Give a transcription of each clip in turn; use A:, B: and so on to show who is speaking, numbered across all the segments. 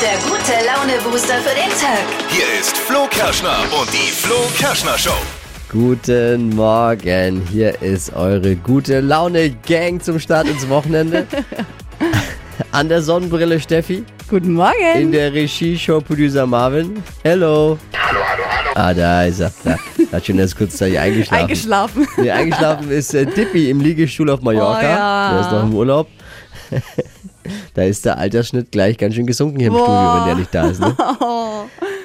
A: der gute Laune-Booster für den Tag.
B: Hier ist Flo Kerschner und die Flo Kerschner Show.
C: Guten Morgen, hier ist eure gute Laune Gang zum Start ins Wochenende. An der Sonnenbrille Steffi,
D: Guten
C: in
D: Morgen.
C: der Regie Show Producer Marvin. Hello. Ah, da ist er. Da hat schon erst kurzzeitig eingeschlafen.
D: Eingeschlafen.
C: nee, eingeschlafen ist äh, Dippy im Liegestuhl auf Mallorca.
D: Oh ja.
C: Der ist noch im Urlaub. da ist der Altersschnitt gleich ganz schön gesunken hier im Studio, wenn der nicht da ist. Ne?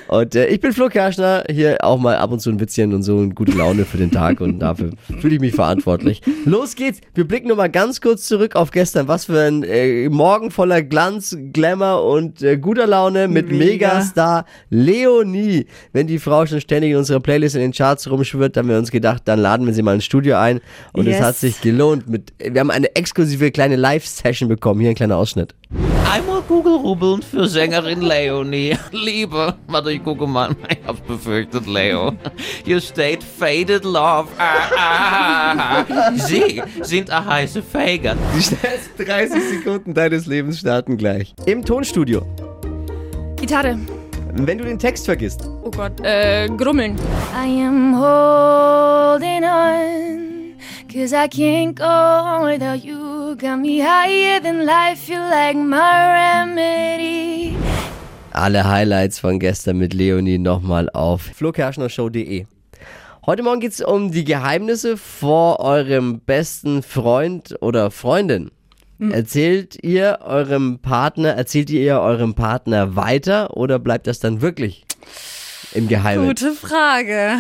C: Und äh, ich bin Flo Kerschner, hier auch mal ab und zu ein Witzchen und so eine gute Laune für den Tag und dafür fühle ich mich verantwortlich. Los geht's, wir blicken nochmal ganz kurz zurück auf gestern. Was für ein äh, Morgen voller Glanz, Glamour und äh, guter Laune mit
D: Mega.
C: Megastar Leonie. Wenn die Frau schon ständig in unserer Playlist in den Charts rumschwirrt, haben wir uns gedacht, dann laden wir sie mal ins Studio ein. Und es
D: Yes.
C: hat sich gelohnt. Mit, wir haben eine exklusive kleine Live-Session bekommen. Hier ein kleiner Ausschnitt.
E: Einmal Google-Rubbeln für Sängerin Leonie. Liebe, warte, ich gucke mal. Ich hab's befürchtet, Leo. You stayed faded love. Ah, ah, ah. Sie sind ein heiße Fager.
C: Die schnellsten 30 Sekunden deines Lebens starten gleich. Im Tonstudio.
F: Gitarre.
C: Wenn du den Text vergisst.
F: Oh Gott. Äh, grummeln.
G: I am holding on, cause I can't go on without you. Got me higher than life, you like my remedy.
C: Alle Highlights von gestern mit Leonie nochmal auf flokerschnershow.de. Heute Morgen geht's um die Geheimnisse vor eurem besten Freund oder Freundin.
D: Hm.
C: Erzählt ihr eurem Partner, erzählt ihr eurem Partner weiter oder bleibt das dann wirklich im Geheimen?
D: Gute Frage.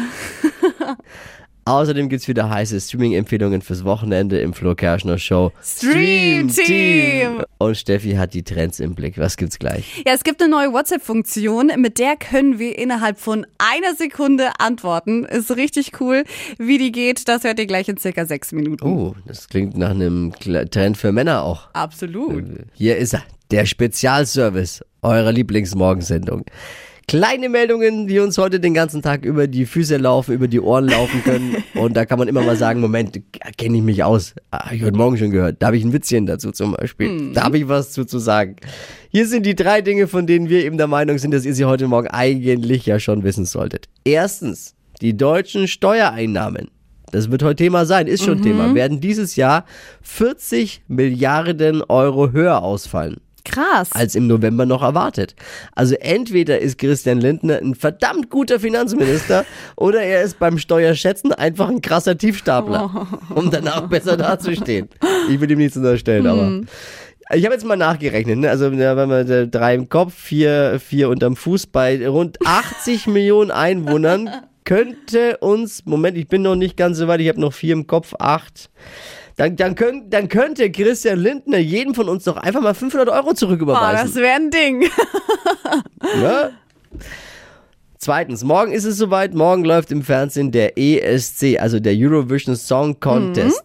C: Außerdem gibt's wieder heiße Streaming-Empfehlungen fürs Wochenende im Flo Kerschner Show.
D: Stream Team!
C: Und Steffi hat die Trends im Blick. Was gibt's gleich?
D: Ja, es gibt eine neue WhatsApp-Funktion, mit der können wir innerhalb von einer Sekunde antworten. Ist richtig cool. Wie die geht, das hört ihr gleich in circa sechs Minuten.
C: Oh, das klingt nach einem Kle- Trend für Männer auch.
D: Absolut.
C: Hier ist er, der Spezialservice eurer Lieblingsmorgensendung. Kleine Meldungen, die uns heute den ganzen Tag über die Füße laufen, über die Ohren laufen können. Und da kann man immer mal sagen, Moment, kenne ich mich aus. Ah, Hab ich heute Morgen schon gehört. Da habe ich ein Witzchen dazu zum Beispiel. Da habe ich was zu, zu sagen. Hier sind die drei Dinge, von denen wir eben der Meinung sind, dass ihr sie heute Morgen eigentlich ja schon wissen solltet. Erstens, die deutschen Steuereinnahmen. Das wird heute Thema sein, ist schon Thema. Werden dieses Jahr 40 Milliarden Euro höher ausfallen
D: Krass.
C: als im November noch erwartet. Also entweder ist Christian Lindner ein verdammt guter Finanzminister oder er ist beim Steuerschätzen einfach ein krasser Tiefstapler, um danach besser dazustehen. Ich will ihm nichts unterstellen, aber ich habe jetzt mal nachgerechnet. Ne? Also da waren wir äh, drei im Kopf, vier, vier unterm Fuß bei rund 80 Millionen Einwohnern. Könnte uns, Moment, ich bin noch nicht ganz so weit, ich habe noch vier im Kopf, acht, dann, dann, könnt, dann könnte Christian Lindner jedem von uns doch einfach mal 500 Euro
D: Boah, das
C: zurücküberweisen.
D: wäre ein Ding.
C: ne? Zweitens, morgen ist es soweit, morgen läuft im Fernsehen der ESC, also der Eurovision Song Contest.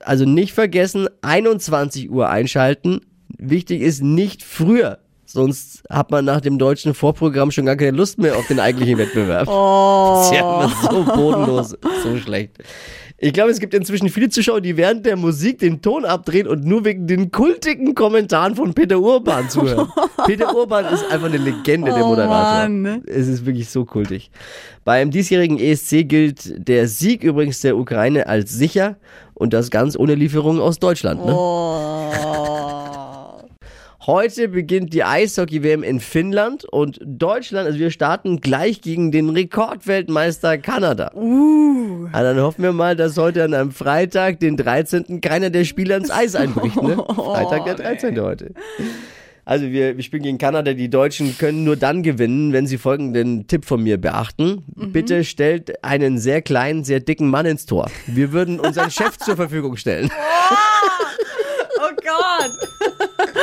C: Also nicht vergessen, 21 Uhr einschalten. Wichtig ist nicht früher, sonst hat man nach dem deutschen Vorprogramm schon gar keine Lust mehr auf den eigentlichen Wettbewerb. Sie haben das so
D: Oh.
C: bodenlos, so schlecht. Ich glaube, es gibt inzwischen viele Zuschauer, die während der Musik den Ton abdrehen und nur wegen den kultigen Kommentaren von Peter Urban zuhören. Peter Urban ist einfach eine Legende, der
D: Oh
C: Moderator.
D: Mann.
C: Es ist wirklich so kultig. Beim diesjährigen ESC gilt der Sieg übrigens der Ukraine als sicher und das ganz ohne Lieferungen aus Deutschland. Ne? Heute beginnt die Eishockey-WM in Finnland und Deutschland, also wir starten gleich gegen den Rekordweltmeister Kanada. Ah, dann hoffen wir mal, dass heute an einem Freitag, den 13., keiner der Spieler ins Eis einbricht. Ne? Freitag der 13. heute. Also wir, wir spielen gegen Kanada. Die Deutschen können nur dann gewinnen, wenn sie folgenden Tipp von mir beachten. Bitte stellt einen sehr kleinen, sehr dicken Mann ins Tor. Wir würden unseren Chef zur Verfügung stellen.
D: Oh Gott.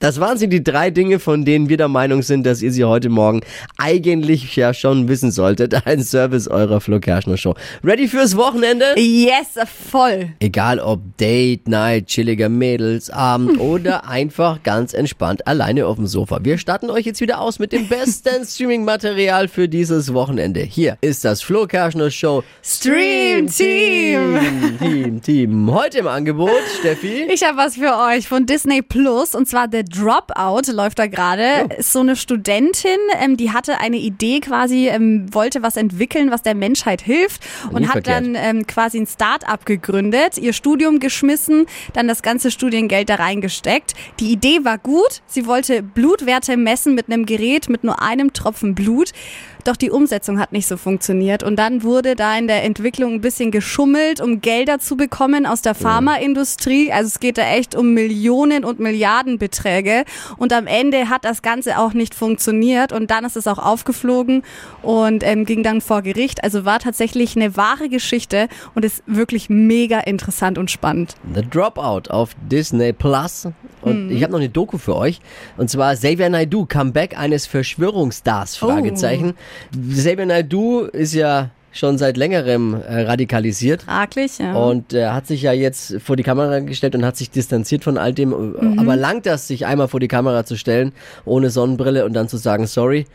C: Das waren sie die drei Dinge, von denen wir der Meinung sind, dass ihr sie heute Morgen eigentlich ja schon wissen solltet. Ein Service eurer Flo Kerschner Show. Ready fürs Wochenende?
D: Yes, voll.
C: Egal ob Date Night, chilliger Mädelsabend oder einfach ganz entspannt alleine auf dem Sofa. Wir starten euch jetzt wieder aus mit dem besten Streaming-Material für dieses Wochenende. Hier ist das Flo Kerschner Show
D: Stream Team.
C: Team, Team, Team. Heute im Angebot, Steffi.
D: Ich habe was für euch von Disney Plus und zwar The Dropout läuft da gerade.
C: Oh.
D: Ist so eine Studentin, ähm, die hatte eine Idee quasi, ähm, wollte was entwickeln, was der Menschheit hilft und
C: Nie
D: hat
C: verkehrt.
D: dann ähm, quasi ein Start-up gegründet, ihr Studium geschmissen, dann das ganze Studiengeld da reingesteckt. Die Idee war gut. Sie wollte Blutwerte messen mit einem Gerät mit nur einem Tropfen Blut. Doch die Umsetzung hat nicht so funktioniert. Und dann wurde da in der Entwicklung ein bisschen geschummelt, um Gelder zu bekommen aus der Pharmaindustrie. Also es geht da echt um Millionen und Milliardenbeträge. Und am Ende hat das Ganze auch nicht funktioniert. Und dann ist es auch aufgeflogen und ähm, ging dann vor Gericht. Also war tatsächlich eine wahre Geschichte und ist wirklich mega interessant und spannend.
C: The Dropout auf Disney Plus. Und ich habe noch eine Doku für euch. Und zwar Xavier Naidoo, Comeback eines Verschwörungsstars, Fragezeichen. Xavier Naidoo ist ja schon seit längerem äh, radikalisiert.
D: Fraglich, ja.
C: Und er hat sich ja jetzt vor die Kamera gestellt und hat sich distanziert von all dem.
D: Mhm.
C: Aber langt das, sich einmal vor die Kamera zu stellen, ohne Sonnenbrille und dann zu sagen, sorry.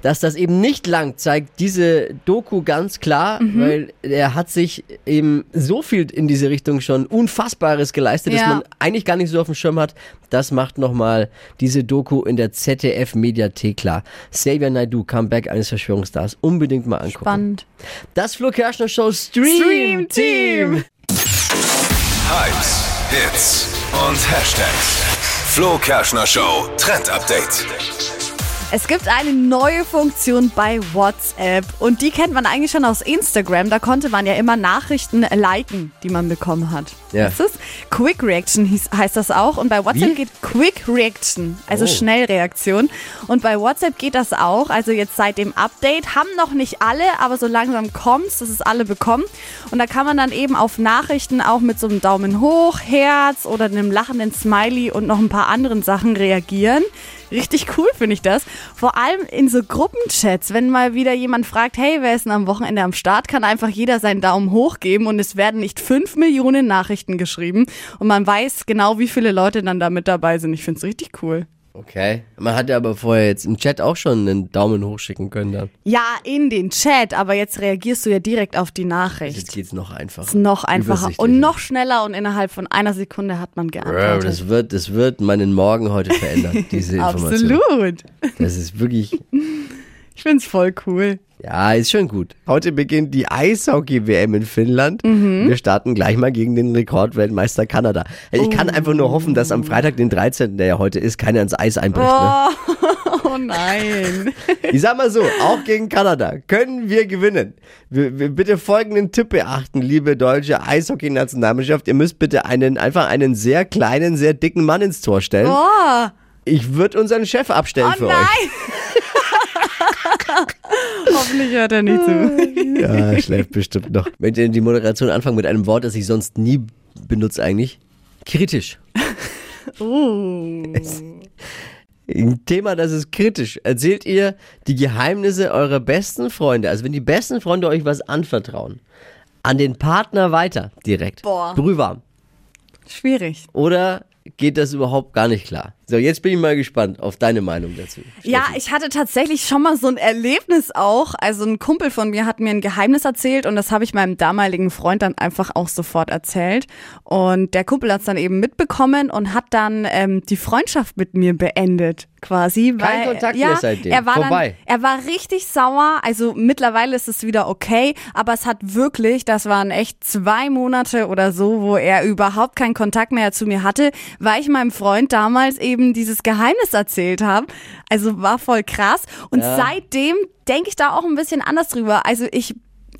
C: Dass das eben nicht langt, zeigt diese Doku ganz klar,
D: Mhm.
C: weil er hat sich eben so viel in diese Richtung schon Unfassbares geleistet, dass
D: Ja.
C: man eigentlich gar nicht so auf dem Schirm hat. Das macht nochmal diese Doku in der ZDF-Mediathek klar. Xavier Naidoo, Comeback eines Verschwörungsstars. Unbedingt mal angucken.
D: Spannend.
C: Das Flo Kerschner Show Stream
D: Stream
C: Team.
D: Team.
B: Hypes, Hits und Hashtags. Flo Kerschner Show Trend Update.
D: Es gibt eine neue Funktion bei WhatsApp und die kennt man eigentlich schon aus Instagram. Da konnte man ja immer Nachrichten liken, die man bekommen hat.
C: Ja.
D: Weißt du's? Quick Reaction hieß, heißt das auch und bei WhatsApp
C: Wie?
D: geht Quick Reaction, also
C: Oh.
D: Schnellreaktion. Und bei WhatsApp geht das auch. Also jetzt seit dem Update haben noch nicht alle, aber so langsam kommt's, dass es alle bekommen. Und da kann man dann eben auf Nachrichten auch mit so einem Daumen hoch, Herz oder einem lachenden Smiley und noch ein paar anderen Sachen reagieren. Richtig cool finde ich das. Vor allem in so Gruppenchats, wenn mal wieder jemand fragt, hey, wer ist denn am Wochenende am Start, kann einfach jeder seinen Daumen hoch geben und es werden nicht fünf Millionen Nachrichten geschrieben und man weiß genau, wie viele Leute dann da mit dabei sind. Ich finde es richtig cool.
C: Okay. Man hatte aber vorher jetzt im Chat auch schon einen Daumen hochschicken können dann.
D: Ja, in den Chat, aber jetzt reagierst du ja direkt auf die Nachricht.
C: Jetzt geht's noch einfacher.
D: Ist noch einfacher
C: Übersichtlicher.
D: und noch schneller und innerhalb von einer Sekunde hat man
C: Wow,
D: geantwortet.
C: Das wird, das wird meinen Morgen heute verändern, diese Information.
D: Absolut.
C: Das ist wirklich,
D: Ich finde es voll cool.
C: ja, ist schon gut. Heute beginnt die Eishockey-WM in Finnland.
D: Mhm.
C: Wir starten gleich mal gegen den Rekordweltmeister Kanada. Ich kann
D: Oh.
C: einfach nur hoffen, dass am Freitag, den 13., der ja heute ist, keiner ins Eis einbricht. Ne?
D: Oh nein.
C: Ich sag mal so, auch gegen Kanada können wir gewinnen. Wir, wir bitte folgenden Tipp beachten, liebe deutsche Eishockey-Nationalmannschaft. Ihr müsst bitte einen, einfach einen sehr kleinen, sehr dicken Mann ins Tor stellen.
D: Oh.
C: Ich würde unseren Chef abstellen für
D: Hoffentlich hört er nicht zu.
C: euch. Ja, er schläft bestimmt noch. Wenn ihr die Moderation anfangen mit einem Wort, das ich sonst nie benutze eigentlich. Kritisch.
D: Uh.
C: Ein Thema, das ist kritisch. Erzählt ihr die Geheimnisse eurer besten Freunde, also wenn die besten Freunde euch was anvertrauen, an den Partner weiter direkt.
D: Boah.
C: Brühwarm.
D: Schwierig.
C: Oder geht das überhaupt gar nicht klar? So, jetzt bin ich mal gespannt auf deine Meinung dazu.
D: Ja, ich hatte tatsächlich schon mal so ein Erlebnis auch. Also ein Kumpel von mir hat mir ein Geheimnis erzählt und das habe ich meinem damaligen Freund dann einfach auch sofort erzählt. Und der Kumpel hat es dann eben mitbekommen und hat dann ähm, die Freundschaft mit mir beendet quasi. weil,
C: Kontakt
D: ja,
C: mehr seitdem.
D: Er war
C: Vorbei.
D: Dann, er war richtig sauer. Also mittlerweile ist es wieder okay, aber es hat wirklich, das waren echt zwei Monate oder so, wo er überhaupt keinen Kontakt mehr zu mir hatte, weil ich meinem Freund damals eben dieses Geheimnis erzählt habe. Also war voll krass. Und seitdem denke ich da auch ein bisschen anders drüber. Also ich,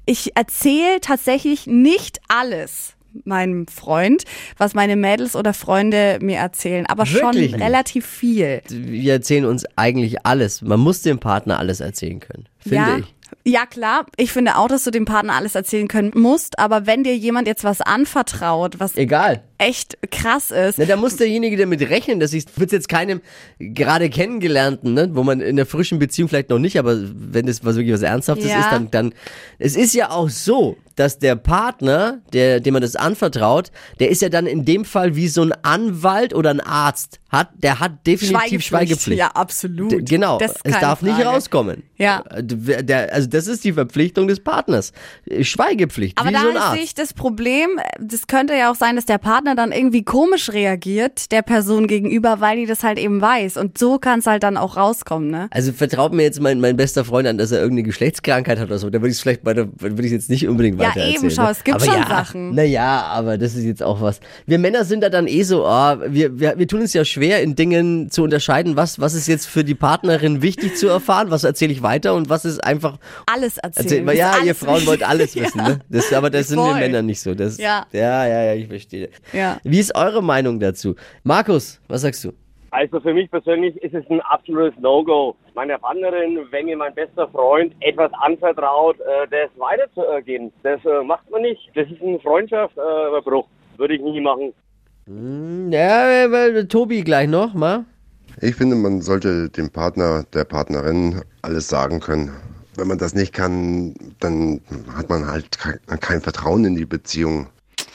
D: ich erzähle tatsächlich nicht alles meinem Freund, was meine Mädels oder Freunde mir erzählen, aber
C: Wirklich
D: schon
C: nicht?
D: relativ viel.
C: Wir erzählen uns eigentlich alles. Man muss dem Partner alles erzählen können, finde
D: ja.
C: ich.
D: Ja, klar. Ich finde auch, dass du dem Partner alles erzählen können musst. Aber wenn dir jemand jetzt was anvertraut, was
C: Egal.
D: echt krass ist,
C: Na, da muss derjenige damit rechnen, dass ich wird jetzt keinem gerade kennengelernten, ne, wo man in der frischen Beziehung vielleicht noch nicht, aber wenn das was wirklich was Ernsthaftes
D: Ja.
C: ist, dann, dann es ist ja auch so, dass der Partner, der dem man das anvertraut, der ist ja dann in dem Fall wie so ein Anwalt oder ein Arzt hat, der hat definitiv Schweigepflicht.
D: Ja, absolut.
C: D- Genau,
D: Das ist
C: es
D: keine
C: darf nicht
D: Frage.
C: rauskommen.
D: Ja.
C: Der, der- also das ist die Verpflichtung des Partners. Schweigepflicht,
D: Aber
C: wie
D: da
C: so ein Arzt.
D: sehe ich das Problem, das könnte ja auch sein, dass der Partner Partner dann irgendwie komisch reagiert der Person gegenüber, weil die das halt eben weiß. Und so kann es halt dann auch rauskommen, ne?
C: Also vertraut mir jetzt mein, mein bester Freund an, dass er irgendeine Geschlechtskrankheit hat oder so. Da würde ich es vielleicht bei der, würde ich es jetzt nicht unbedingt
D: Ja,
C: weiter
D: eben, schau, es gibt
C: aber
D: schon
C: ja,
D: Sachen.
C: Naja, aber das ist jetzt auch was. Wir Männer sind da dann eh so, ah, wir, wir, wir tun es ja schwer, in Dingen zu unterscheiden, was, was ist jetzt für die Partnerin wichtig zu erfahren, was erzähle ich weiter und was ist einfach.
D: Alles erzählen.
C: Erzählt man,
D: Ist
C: ja,
D: alles
C: ihr Frauen wollt
D: wichtig.
C: alles wissen, ne? Das, aber das sind wir
D: Voll.
C: Männer nicht so. Das,
D: Ja.
C: ja, ja, ja, ich verstehe.
D: Ja.
C: Wie ist eure Meinung dazu? Markus, was sagst du?
H: Also für mich persönlich ist es ein absolutes No-Go. Meiner Partnerin, wenn mir mein bester Freund etwas anvertraut, äh, das weiterzugeben, das äh, macht man nicht. Das ist ein Freundschaftsüberbruch. Würde ich nie machen.
C: Ja, weil- Tobi gleich noch, mal.
I: Ich finde, man sollte dem Partner, der Partnerin alles sagen können. Wenn man das nicht kann, dann hat man halt kein, kein Vertrauen in die Beziehung.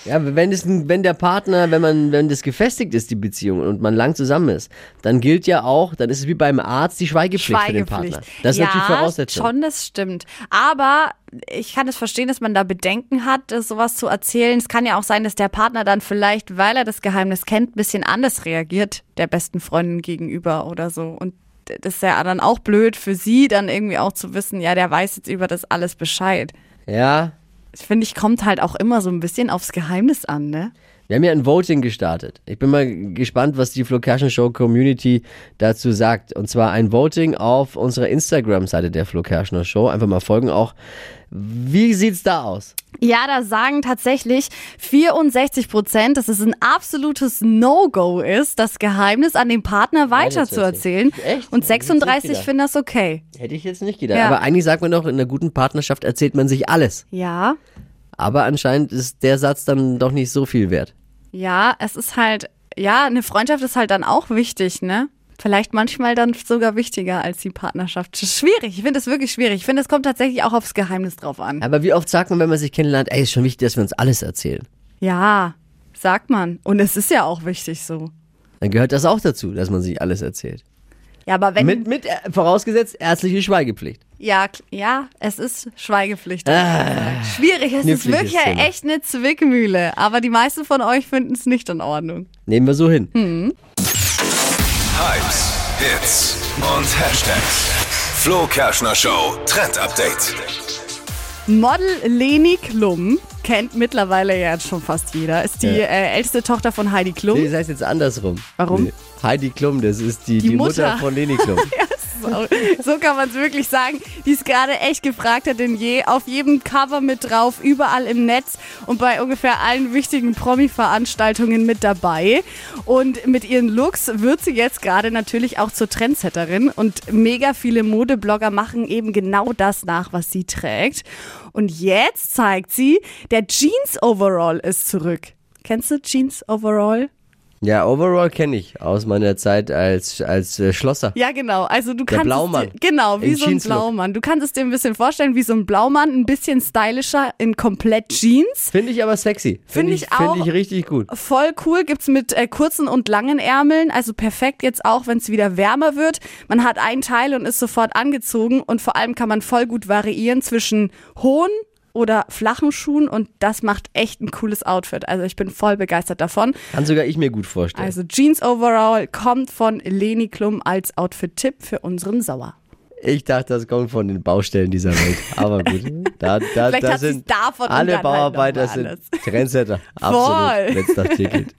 C: Ja, wenn, es, ein- wenn der Partner, wenn man, wenn das gefestigt ist, die Beziehung und man lang zusammen ist, dann gilt ja auch, dann ist es wie beim Arzt die Schweigepflicht, für den
D: Schweigepflicht.
C: Partner. Das ist
D: ja,
C: natürlich Voraussetzung.
D: schon, das stimmt. Aber ich kann es verstehen, dass man da Bedenken hat, das sowas zu erzählen. Es kann ja auch sein, dass der Partner dann vielleicht, weil er das Geheimnis kennt, ein bisschen anders reagiert, der besten Freundin gegenüber oder so. Und das ist ja dann auch blöd für sie, dann irgendwie auch zu wissen, ja, der weiß jetzt über das alles Bescheid.
C: Ja.
D: Ich finde, ich kommt halt auch immer so ein bisschen aufs Geheimnis an, ne?
C: Wir haben ja ein Voting gestartet. Ich bin mal gespannt, was die Flo Kerschner Show Community dazu sagt. Und zwar ein Voting auf unserer Instagram-Seite der Flo Kerschner Show. Einfach mal folgen auch. Wie sieht's da aus?
D: Ja, da sagen tatsächlich 64 Prozent, dass es ein absolutes No-Go ist, das Geheimnis an den Partner weiterzuerzählen.
C: Echt?
D: Und
C: Hätte ich
D: 36
C: jetzt nicht gedacht.
D: finden das okay.
C: Hätte ich jetzt nicht gedacht.
D: Ja.
C: Aber eigentlich sagt man doch, in einer guten Partnerschaft erzählt man sich alles.
D: Ja,
C: Aber anscheinend ist der Satz dann doch nicht so viel wert.
D: ja, es ist halt, ja, eine Freundschaft ist halt dann auch wichtig, ne? Vielleicht manchmal dann sogar wichtiger als die Partnerschaft. Schwierig, ich finde es wirklich schwierig. Ich finde, es kommt tatsächlich auch aufs Geheimnis drauf an.
C: Aber wie oft sagt man, wenn man sich kennenlernt, ey, ist schon wichtig, dass wir uns alles erzählen.
D: Ja, sagt man. Und es ist ja auch wichtig so.
C: Dann gehört das auch dazu, dass man sich alles erzählt.
D: Ja, aber wenn
C: Mit, mit äh, vorausgesetzt ärztliche Schweigepflicht.
D: Ja, kl- ja, es ist Schweigepflicht. Schwierig, es ist
C: Ah, kniffliges
D: wirklich
C: Thema.
D: echt eine Zwickmühle. Aber die meisten von euch finden es nicht in Ordnung.
C: Nehmen wir so hin.
D: Hm.
B: Hypes, Hits und Hashtags. Flo Kerschner Show Trend Update.
D: Model Leni Klum kennt mittlerweile ja jetzt schon fast jeder. Ist die
C: Ja.
D: äh, älteste Tochter von Heidi
C: Nee,
D: Klum.
C: das heißt jetzt andersrum.
D: Warum?
C: Nee. Heidi Klum, das ist die, die,
D: Die
C: Mutter.
D: Mutter.
C: von Leni Klum.
D: So, so kann man es wirklich sagen. Die ist gerade echt gefragter denn je. Auf jedem Cover mit drauf, überall im Netz und bei ungefähr allen wichtigen Promi-Veranstaltungen mit dabei. Und mit ihren Looks wird sie jetzt gerade natürlich auch zur Trendsetterin. Und mega viele Modeblogger machen eben genau das nach, was sie trägt. Und jetzt zeigt sie, der Jeans-Overall ist zurück. Kennst du Jeans-Overall?
C: ja, Overall kenne ich aus meiner Zeit als, als äh, Schlosser.
D: Ja, genau. Also du kannst
C: Blaumann.
D: Es dir, genau, wie
C: Im
D: so ein
C: Jeanslook.
D: Blaumann. Du kannst es dir ein bisschen vorstellen, wie so ein Blaumann, ein bisschen stylischer in komplett Jeans.
C: Finde ich aber sexy.
D: Finde ich auch.
C: Finde ich richtig gut.
D: Voll cool, gibt's mit äh, kurzen und langen Ärmeln, also perfekt jetzt auch, wenn es wieder wärmer wird. Man hat ein Teil und ist sofort angezogen und vor allem kann man voll gut variieren zwischen hohen oder flachen Schuhen und das macht echt ein cooles Outfit. Also ich bin voll begeistert davon.
C: Kann sogar ich mir gut vorstellen.
D: Also Jeans Overall kommt von Leni Klum als Outfit-Tipp für unseren Sauer.
C: Ich dachte, das kommt von den Baustellen dieser Welt. Aber gut, da, da,
D: Vielleicht
C: da
D: hat sie's
C: sind
D: davon und dann
C: alle
D: halt
C: Bauarbeiter
D: noch mal
C: sind
D: anders.
C: Trendsetter. Absolut.
D: Voll.
C: Letzter Ticket.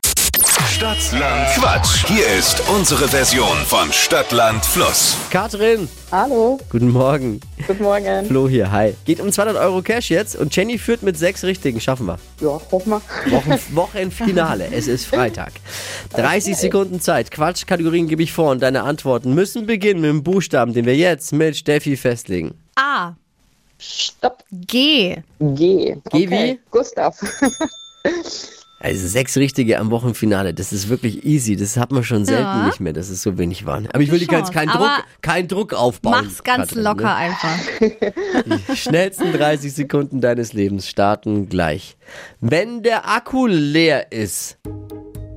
B: Stadtland Quatsch. Hier ist unsere Version von Stadtland Fluss.
C: Katrin. Hallo. Guten Morgen. Guten Morgen. Flo hier, hi. Geht um 200 Euro Cash jetzt und Jenny führt mit sechs Richtigen. Schaffen wir.
J: Ja, hoff mal.
C: Wochen, Wochenfinale. Es ist Freitag. 30 Sekunden Zeit. Quatschkategorien gebe ich vor und deine Antworten müssen beginnen mit dem Buchstaben, den wir jetzt mit Steffi festlegen.
D: A.
J: Stopp.
D: G.
J: G.
C: Geh wie?
J: Gustav.
C: Also sechs richtige am Wochenfinale, das ist wirklich easy. Das hat man schon selten
D: Ja.
C: nicht mehr, dass es so wenig waren. Aber ich will dir keinen
D: Chance,
C: keinen
D: aber
C: Druck, keinen Druck aufbauen.
D: Mach's ganz
C: Katrin,
D: locker einfach.
C: Ne? Schnellsten 30 Sekunden deines Lebens starten gleich. Wenn der Akku leer ist,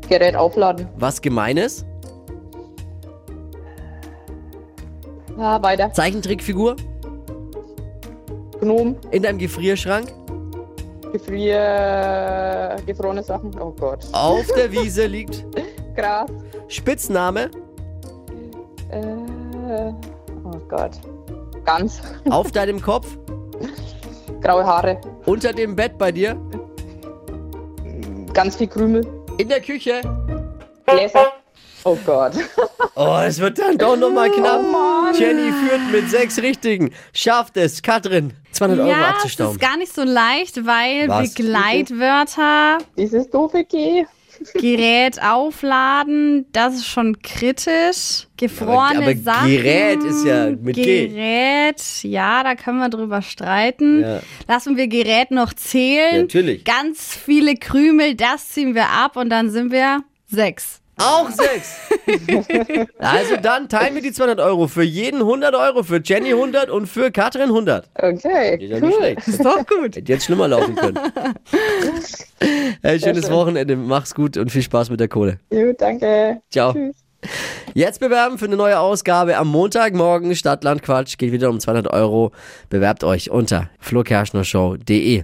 J: Gerät aufladen.
C: was gemeines?
J: Ja, weiter.
C: Zeichentrickfigur?
J: Gnom.
C: In deinem Gefrierschrank?
J: Gefrier... gefrorene Sachen. Oh Gott.
C: Auf der Wiese liegt
J: Gras.
C: Spitzname
J: Äh, oh Gott. Ganz.
C: auf deinem Kopf,
J: Graue Haare.
C: unter dem Bett bei dir,
J: Ganz viel Krümel.
C: in der Küche.
J: Gläser. Oh Gott.
C: Oh, es wird dann doch nochmal knapp.
D: Oh,
C: Jenny führt mit sechs Richtigen. Schafft es, Katrin, 200 Euro
D: Ja, es ist
C: abzustauben.
D: gar nicht so leicht, weil
C: Was?
D: Begleitwörter,
J: Dieses doofe G.
D: Gerät aufladen, das ist schon kritisch. Gefrorene
C: Aber- aber
D: Sachen.
C: Gerät ist ja mit G.
D: Gerät, ja, da können wir drüber streiten.
C: Ja.
D: Lassen wir Gerät noch zählen.
C: Ja, natürlich.
D: Ganz viele Krümel, das ziehen wir ab und dann sind wir sechs.
C: Auch sechs. also dann teilen wir die 200 Euro. Für jeden 100 Euro, für Jenny 100 und für Katrin 100.
J: Okay.
C: Ist ja nicht schlecht.
D: Ist doch Oh, gut.
C: Hätte jetzt schlimmer laufen können. Hey, schönes Wochenende, mach's gut und viel Spaß mit der Kohle.
J: Gut, danke.
C: Ciao.
J: Tschüss.
C: Jetzt bewerben für eine neue Ausgabe am Montagmorgen. Stadtland Quatsch geht wieder um 200 Euro. Bewerbt euch unter flokerschnershow.de.